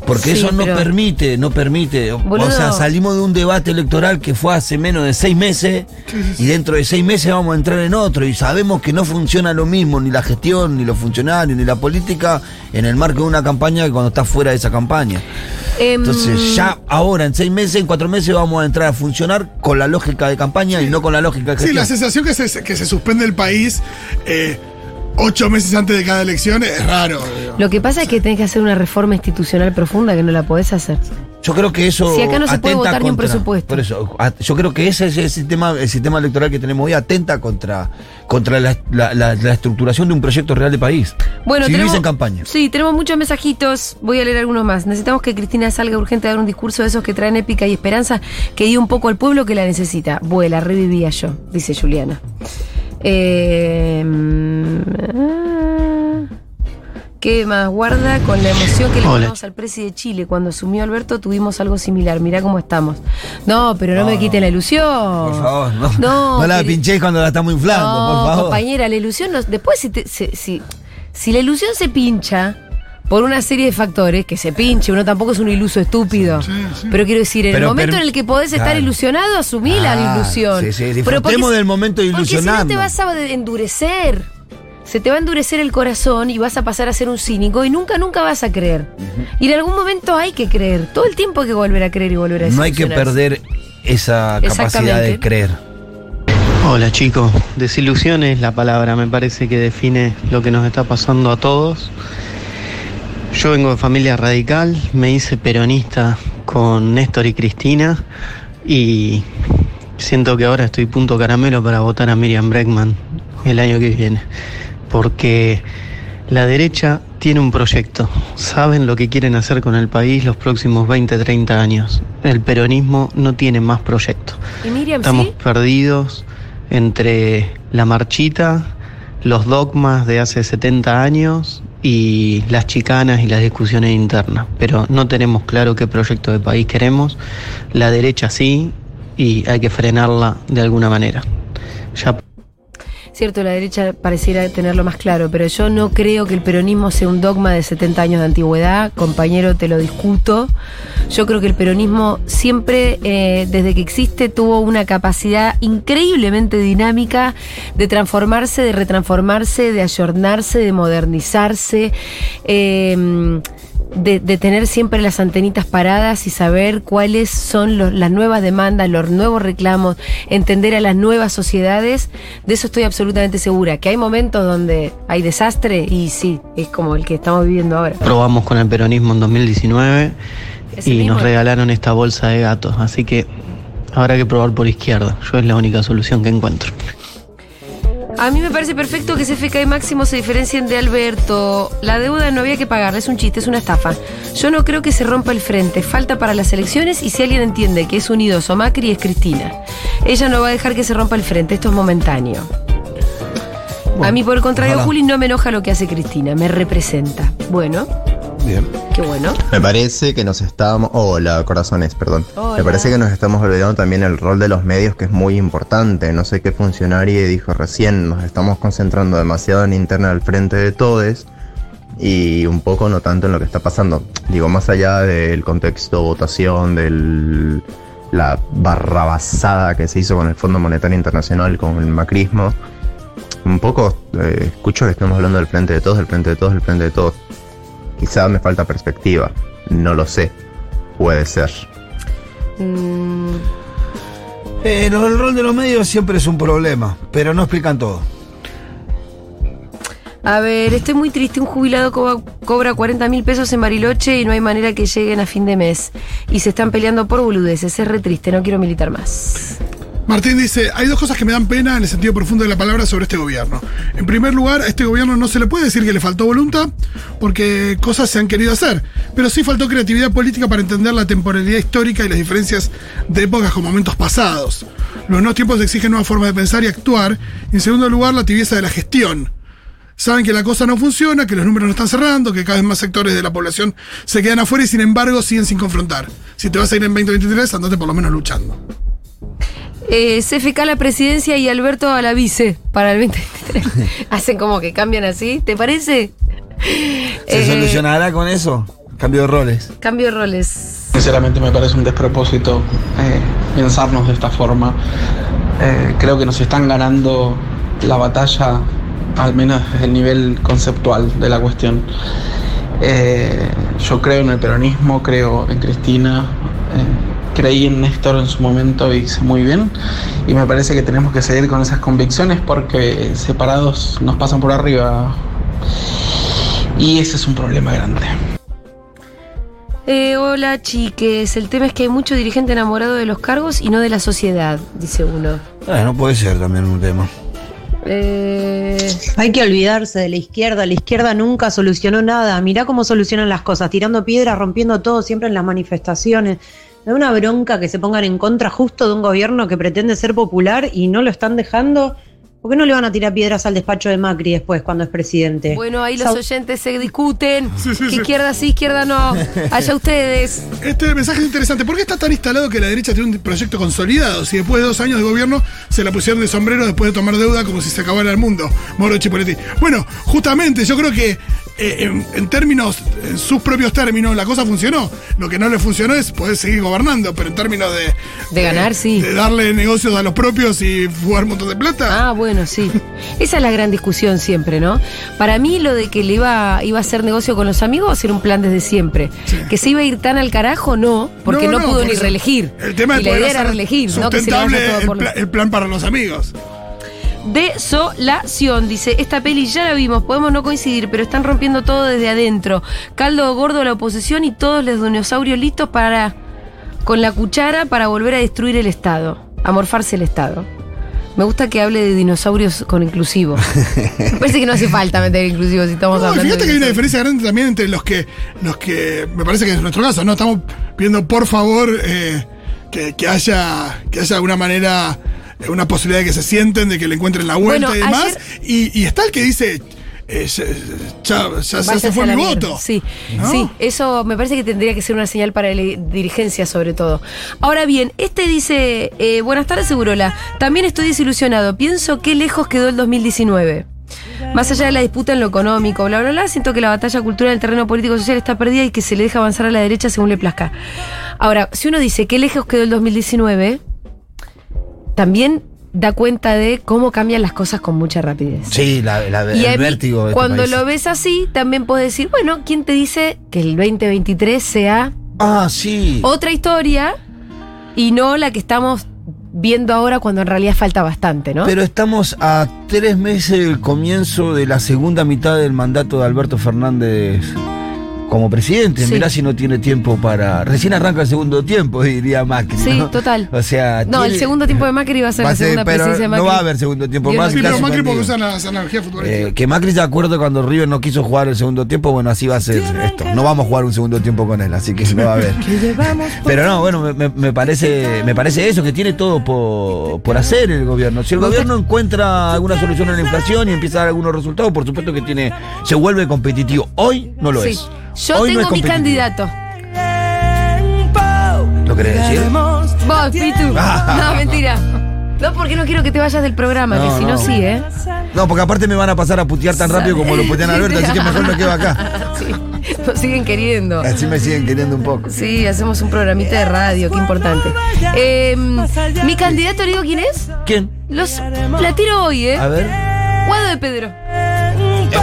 Porque Sí, eso no pero- permite, no permite. O- Boludo. O sea, salimos de un debate electoral que fue hace menos de seis meses y dentro de seis meses vamos a entrar en otro y sabemos que no funciona lo mismo, ni la gestión, ni los funcionarios, ni la política en el marco de una campaña que cuando está fuera de esa campaña. Em, Entonces ya ahora, en seis meses, en cuatro meses, vamos a entrar a funcionar con la lógica de campaña y no con la lógica de Sí, gestión. la sensación que se, que se suspende el país eh, ocho meses antes de cada elección es raro. digo. Lo que pasa es que tenés que hacer una reforma institucional profunda que no la podés hacer. Yo creo que eso. Si acá no se puede atenta votar ni un contra- presupuesto. Por eso, a- yo creo que ese es el sistema, el sistema electoral que tenemos hoy atenta contra, contra la, la- la- la estructuración de un proyecto real de país. si vivís en campaña. Sí, tenemos muchos mensajitos. Voy a leer algunos más. Necesitamos que Cristina salga urgente a dar un discurso de esos que traen épica y esperanza, que guíe un poco al pueblo que la necesita. Vuela, revivía yo, dice Juliana. Eh, mm, ¿Qué más guarda con la emoción que le Hola. ganamos al presi de Chile? Cuando asumió Alberto tuvimos algo similar. Mirá cómo estamos. No, pero no, me quite la ilusión. Por favor, no. No, la que- pinchéis cuando la estamos inflando, no, por favor. compañera, la ilusión no- Después, si, te- si, si- si la ilusión se pincha por una serie de factores, que se pinche, uno tampoco es un iluso estúpido. Pero quiero decir, en el Pero momento per- en el que podés estar Claro. ilusionado, asumí la Ah, ilusión. sí, sí, Pero disfrutemos porque- del momento de porque si no te ilusionarnos. vas a de- endurecer. Se te va a endurecer el corazón y vas a pasar a ser un cínico y nunca, nunca vas a creer. Y en algún momento hay que creer. Todo el tiempo hay que volver a creer y volver a No hay que desilusionarse. perder esa capacidad Exactamente. de creer. Hola chicos, desilusión es la palabra, me parece que define lo que nos está pasando a todos. Yo vengo de familia radical, me hice peronista con Néstor y Cristina y siento que ahora estoy punto caramelo para votar a Miriam Bregman el año que viene, porque la derecha tiene un proyecto, saben lo que quieren hacer con el país los próximos 20, 30 años. El peronismo no tiene más proyecto. Y Miriam, Estamos ¿sí? perdidos entre la marchita, los dogmas de hace 70 años y las chicanas y las discusiones internas. Pero no tenemos claro qué proyecto de país queremos. La derecha sí y hay que frenarla de alguna manera. Ya Cierto, la derecha pareciera tenerlo más claro, pero yo no creo que el peronismo sea un dogma de 70 años de antigüedad. Compañero, te lo discuto. Yo creo que el peronismo siempre, eh, desde que existe, tuvo una capacidad increíblemente dinámica de transformarse, de retransformarse, de ayornarse, de modernizarse. eh, de, de tener siempre las antenitas paradas y saber cuáles son los- las nuevas demandas, los nuevos reclamos, entender a las nuevas sociedades, de eso estoy absolutamente segura. Que hay momentos donde hay desastre y sí, es como el que estamos viviendo ahora. probamos con el peronismo en 2019 Ese y mismo. nos regalaron esta bolsa de gatos. Así que habrá que probar por izquierda. Yo es la única solución que encuentro. A mí me parece perfecto que CFK y Máximo se diferencien de Alberto. La deuda no había que pagarla, es un chiste, es una estafa. Yo no creo que se rompa el frente. Falta para las elecciones y si alguien entiende que es unidos o Macri es Cristina. Ella no va a dejar que se rompa el frente, esto es momentáneo. a mí, por el contrario, ojalá. Juli no me enoja lo que hace Cristina, me representa. Bueno, Bien. qué bueno. Me parece que nos estamos. Hola, corazones, perdón. Hola. Me parece que nos estamos olvidando también el rol de los medios, que es muy importante. No sé qué funcionario dijo recién, nos estamos concentrando demasiado en interna al frente de todes y un poco no tanto en lo que está pasando. Digo, más allá del contexto votación, del la barrabasada que se hizo con el Fondo Monetario Internacional, con el macrismo. Un poco eh, escucho que estamos hablando del frente de todos, del frente de todos, del frente de todos. Quizá me falta perspectiva. No lo sé. Puede ser. Mm, Eh, lo- el rol de los medios siempre es un problema, pero no explican todo. A ver, estoy muy triste. Un jubilado co- cobra 40 mil pesos en Bariloche y no hay manera que lleguen a fin de mes. Y se están peleando por boludeces. Es re triste, no quiero militar más. Martín dice, hay dos cosas que me dan pena en el sentido profundo de la palabra sobre este gobierno. En primer lugar, a este gobierno no se le puede decir que le faltó voluntad, porque cosas se han querido hacer, pero sí faltó creatividad política para entender la temporalidad histórica y las diferencias de épocas con momentos pasados. Los nuevos tiempos exigen nuevas formas de pensar y actuar, y en segundo lugar, la tibieza de la gestión. Saben que la cosa no funciona, que los números no están cerrando, que cada vez más sectores de la población se quedan afuera y sin embargo siguen sin confrontar. Si te vas a ir en 2023, andate por lo menos luchando. Eh, CFK a la presidencia y Alberto a la vice para el 2023. Hacen como que cambian así, ¿te parece? ¿Se Eh, solucionará con eso? Cambio de roles. Cambio de roles. Sinceramente me parece un despropósito eh, pensarnos de esta forma. Eh, creo que nos están ganando la batalla, al menos desde el nivel conceptual de la cuestión. Eh, yo creo en el peronismo, creo en Cristina, eh, creí en Néstor en su momento y hice muy bien. Y me parece que tenemos que seguir con esas convicciones porque separados nos pasan por arriba. Y ese es un problema grande. Eh, hola chiques, el tema es que hay mucho dirigente enamorado de los cargos y no de la sociedad, dice uno. Ah, no puede ser también un tema. Eh, Hay que olvidarse de la izquierda. La izquierda nunca solucionó nada. Mirá cómo solucionan las cosas, tirando piedras, rompiendo todo, siempre en las manifestaciones. Da una bronca que se pongan en contra justo de un gobierno que pretende ser popular y no lo están dejando. ¿Por qué no le van a tirar piedras al despacho de Macri después cuando es presidente? bueno, ahí los Sau- oyentes se discuten. [LAUGHS] Sí, sí, Que sí. izquierda sí, izquierda no. Allá ustedes. Este mensaje es interesante. ¿Por qué está tan instalado que la derecha tiene un proyecto consolidado? Si después de dos años de gobierno se la pusieron de sombrero después de tomar deuda como si se acabara el mundo. Moro Chipoletti. Bueno, justamente yo creo que eh, en, en términos, en sus propios términos, la cosa funcionó. Lo que no le funcionó es poder seguir gobernando, pero en términos de. De ganar, sí. De darle negocios a los propios y jugar un montón de plata. Ah, bueno, sí. Esa es la gran discusión siempre, ¿no? Para mí lo de que le iba, iba a hacer negocio con los amigos era un plan desde siempre. Que se iba a ir tan al carajo, no, porque no, pudo por ni eso. reelegir. El tema y de la poder idea era hacer reelegir, no que se le sustentable vaya todo el por pla- el plan para los amigos. Desolación, dice, esta peli ya la vimos, podemos no coincidir, pero están rompiendo todo desde adentro. Caldo gordo a la oposición y todos los dinosaurios listos para, con la cuchara para volver a destruir el Estado, a morfarse el Estado. Me gusta que hable de dinosaurios con [LAUGHS] inclusivo. Me parece que no hace falta meter inclusivo si estamos No, y hablando fíjate de que hay una dinosaurios. diferencia grande también entre los que, los que me parece que es nuestro caso, ¿no? Estamos pidiendo por favor eh, que, que haya que haya alguna manera, eh, una posibilidad de que se sienten, de que le encuentren la vuelta Bueno, y demás. ayer- Y, y está el que dice, eh, ya, ya- ya- ya Váyanse se fue a mi la mierda. voto. Sí, ¿No? sí, eso me parece que tendría que ser una señal para la dirigencia, sobre todo. Ahora bien, este dice: eh, Buenas tardes, Segurola. También estoy desilusionado. Pienso qué lejos quedó el 2019. Más allá de la disputa en lo económico, bla, bla, bla, siento que la batalla cultural en el terreno político social está perdida y que se le deja avanzar a la derecha según le plazca. Ahora, si uno dice qué lejos quedó el 2019, también da cuenta de cómo cambian las cosas con mucha rapidez. Sí, la, la- Y el a mí, vértigo. de este cuando país. lo ves así, también puedes decir, bueno, ¿quién te dice que el 2023 sea Ah, sí. otra historia y no la que estamos viendo ahora cuando en realidad falta bastante, ¿no? Pero estamos a tres meses del comienzo de la segunda mitad del mandato de Alberto Fernández como presidente. Sí. Mirá si no tiene tiempo para. Recién arranca el segundo tiempo, [LAUGHS] diría Macri. sí, ¿no? total. O sea. no, el tiene- segundo tiempo de Macri va a ser va la a ser- segunda pero presidencia de Macri. No va a haber segundo tiempo. Bien, Macri Sí, Macri está pero Macri porque suspendido. usan las energías futbolísticas. Eh, que Macri se acuerda cuando River no quiso jugar el segundo tiempo, bueno, así va a ser esto. No vamos a jugar un segundo tiempo con él, así que no va [LAUGHS] a haber. Pero no, bueno, me, me- me parece me parece eso, que tiene todo por, por hacer el gobierno. Si el gobierno encuentra alguna solución a la inflación y empieza a dar algunos resultados, por supuesto que tiene se vuelve competitivo. Hoy no lo Sí. es. Yo Hoy no tengo es mi competitivo. candidato. ¿Lo querés decir? Vos, [LAUGHS] Pitu. No, mentira. No, porque no quiero que te vayas del programa, No, que si no, no. sí, ¿eh? [LAUGHS] No, porque aparte me van a pasar a putear tan rápido como lo putean a Alberto, así que mejor me [LAUGHS] quedo acá. Sí, nos siguen queriendo. Así me siguen queriendo un poco. Sí, hacemos un programita de radio, qué importante. Eh, Mi candidato, digo quién es. ¿Quién? Los, la tiro hoy, ¿eh? A ver. Guado de Pedro. Te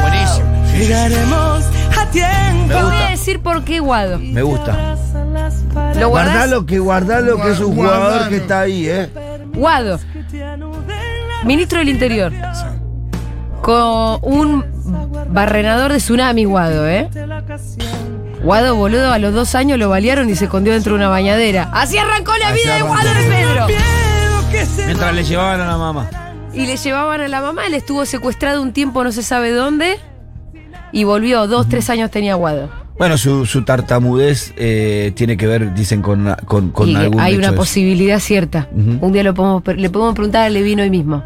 Me voy a gusta. decir por qué Guado. Me gusta. ¿Lo guardás? Guardalo que guardalo que es un Guar- jugador guardalo. que está ahí, ¿eh? Guado. Ministro del Interior. Con un barrenador de tsunami, Guado, ¿eh? Guado, boludo, a los dos años lo balearon y se escondió dentro de una bañadera. Así arrancó la Así vida de arrancó. Guado de Pedro. Mientras le llevaban a la mamá. Y le llevaban a la mamá, él estuvo secuestrado un tiempo no se sabe dónde. Y volvió, dos, tres años tenía Guado. Bueno, su, su tartamudez eh, tiene que ver, dicen, con, con, con Y algún hay hecho una de eso. posibilidad cierta. Ujú. Un día lo podemos, pre- le podemos preguntar a Levino hoy mismo.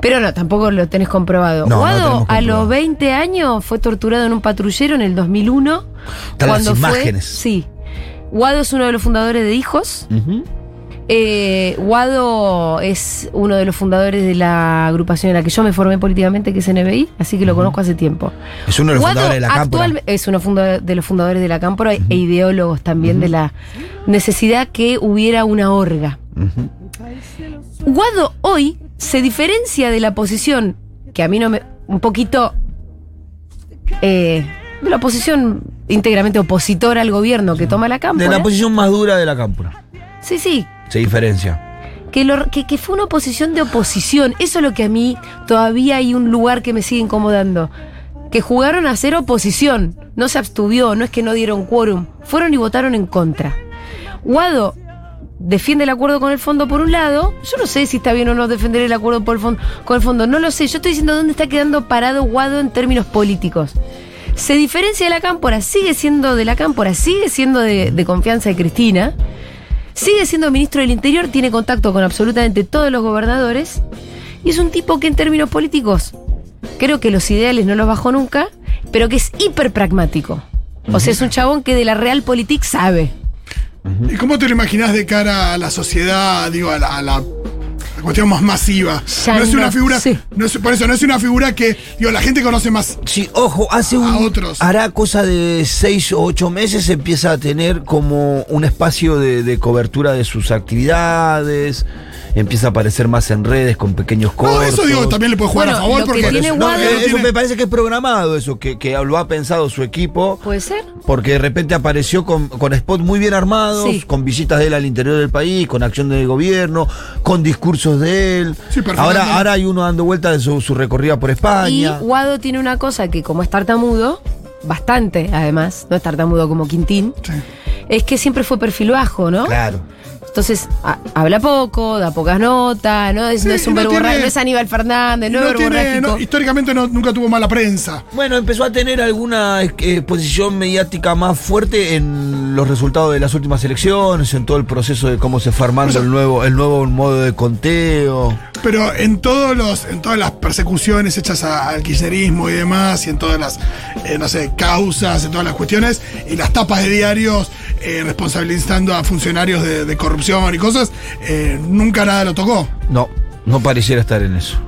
Pero no, tampoco lo tenés comprobado. No, no Guado, tenemos a comprobado. los 20 años, fue torturado en un patrullero en el 2001. Están las imágenes. Fue, sí. Guado es uno de los fundadores de Hijos. Ujú. Eh, Guado es uno de los fundadores de la agrupación en la que yo me formé políticamente, que es NBI, así que lo conozco hace tiempo. Es uno de los Guado fundadores de la cámpora. actual- es uno funda- de los fundadores de la Cámpora e ideólogos también de la necesidad que hubiera una orga. Ujú. Guado hoy se diferencia de la posición que a mí no me. un poquito. eh, de la posición íntegramente opositora al gobierno que toma la De Cámpora. la posición más dura de la cámpora. sí, sí, Se diferencia. que, lo- que, que fue una oposición de oposición. Eso es lo que a mí todavía hay un lugar que me sigue incomodando. que jugaron a hacer oposición. No se abstuvió, no es que no dieron quórum. Fueron y votaron en contra. Guado defiende el acuerdo con el fondo por un lado. Yo no sé si está bien o no defender el acuerdo por el fondo, con el fondo. No lo sé. Yo estoy diciendo dónde está quedando parado Guado en términos políticos. Se diferencia de la cámpora, sigue siendo de la cámpora, sigue siendo de, de confianza de Cristina, sigue siendo ministro del Interior, tiene contacto con absolutamente todos los gobernadores y es un tipo que en términos políticos creo que los ideales no los bajó nunca, pero que es hiper pragmático. O sea, es un chabón que de la realpolitik sabe. ¿Y cómo te lo imaginas de cara a la sociedad, digo, a la, a la- a la cuestión más masiva? Ya no es no una figura, sé. no es- por eso no es una figura que, digo, la gente conoce más. Sí, ojo, hace A un. otros. Hará cosa de seis o ocho meses empieza a tener como un espacio de, de cobertura de sus actividades. Empieza a aparecer más en redes con pequeños No, cortos. eso digo, también le puede jugar Bueno, a favor lo que porque tiene No, Guado- eh, eso tiene- me parece que es programado eso, que, que lo ha pensado su equipo. ¿Puede ser? Porque de repente apareció con, con spots muy bien armados, Sí. con visitas de él al interior del país, con acción del gobierno, con discursos de él. Sí, perfectamente. ahora, ahora hay uno dando vuelta de su, su recorrida por Ah, Y España. Guado tiene una cosa que como es tartamudo, bastante además, no es tartamudo como Quintín, Sí. es que siempre fue perfil bajo, ¿no? Claro. Entonces a- habla poco, da pocas notas, no es, no Sí, es un y no verborrágico, tiene- no es Aníbal Fernández, Y no, no es tiene- verborrágico. no, históricamente no- nunca tuvo mala prensa. Bueno, empezó a tener alguna eh, posición mediática más fuerte en los resultados de las últimas elecciones, en todo el proceso de cómo se fue armando el nuevo, el nuevo modo de conteo. Pero en todos los, en todas las persecuciones hechas a- al kirchnerismo y demás, y en todas las, eh, no sé, causas, en todas las cuestiones, y las tapas de diarios eh, responsabilizando a funcionarios de, de corrupción y cosas, eh, nunca nada lo tocó. No, no pareciera estar en eso.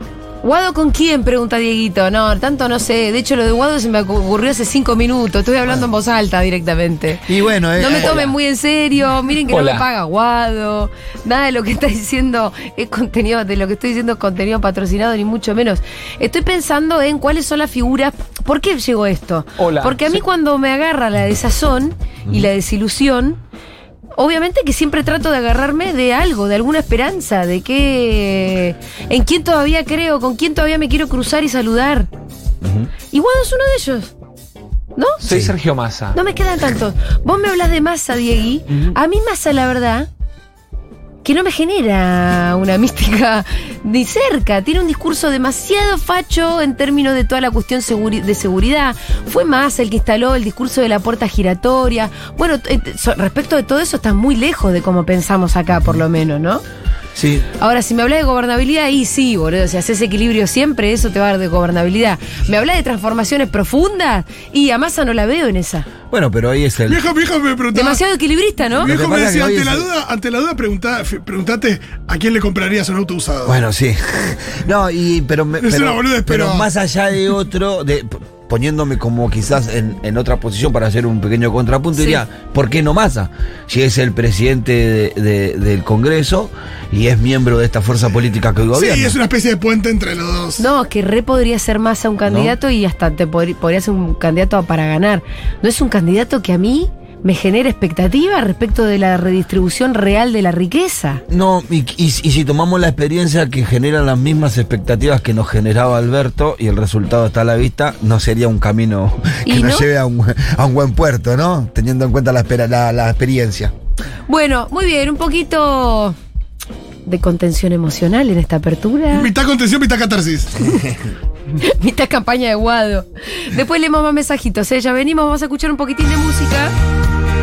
¿Guado con quién? Pregunta Dieguito. No, tanto no sé. De hecho, lo de Guado se me ocurrió hace cinco minutos. Estuve hablando en voz alta directamente. Y bueno, eh, No me eh, tomen muy en serio, miren que no Hola. me paga Guado, nada de lo que está diciendo es contenido, de lo que estoy diciendo es contenido patrocinado, ni mucho menos. Estoy pensando en cuáles son las figuras, ¿por qué llegó esto? Hola. Porque a mí Sí. cuando me agarra la desazón y la desilusión, obviamente que siempre trato de agarrarme de algo, de alguna esperanza, de que en quién todavía creo, con quién todavía me quiero cruzar y saludar. Y Guado es uno de ellos, ¿no? Soy Sergio Massa. No me quedan tantos. Vos me hablas de masa, Diegui. A mí masa, la verdad, que no me genera una mística ni cerca. Tiene un discurso demasiado facho en términos de toda la cuestión seguri- de seguridad. Fue masa el que instaló el discurso de la puerta giratoria. Bueno, t- eh, so- respecto de todo eso, está muy lejos de cómo pensamos acá, por lo menos, ¿no? Sí, Ahora, si me hablas de gobernabilidad, ahí sí, boludo. Si haces equilibrio siempre, eso te va a dar de gobernabilidad. Me hablas de transformaciones profundas y a masa no la veo en esa. bueno, pero ahí es el. Viejo, viejo me preguntaba. Demasiado equilibrista, ¿no? Lo que Viejo me pasa decía, que hoy ante es- la duda, ante la duda preguntá- f- preguntate a quién le comprarías un auto usado. Bueno, sí. No, y pero, me- Es pero, una boludez, pero pero- más allá de otro, de, p- poniéndome como quizás en, en otra posición para hacer un pequeño contrapunto, Sí. diría, ¿por qué no Massa? Si es el presidente de- de- del Congreso y es miembro de esta fuerza política que hoy sí, gobierna. es una especie de puente entre los dos. No, que re podría ser más a un candidato y hasta te podri- podría ser un candidato a- para ganar. No es un candidato que a mí me genera expectativa respecto de la redistribución real de la riqueza. No, y, y- y si tomamos la experiencia que genera las mismas expectativas que nos generaba Alberto y el resultado está a la vista, no sería un camino que ¿Y nos no? lleve a un, a un buen puerto, ¿no? Teniendo en cuenta la, espera- la- la experiencia. Bueno, muy bien, un poquito de contención emocional en esta [LAUGHS] apertura. Mitad contención, mitad catarsis. Mitad campaña de Guado. Después leemos más mensajitos, ¿eh? ya venimos, vamos a escuchar un poquitín de música.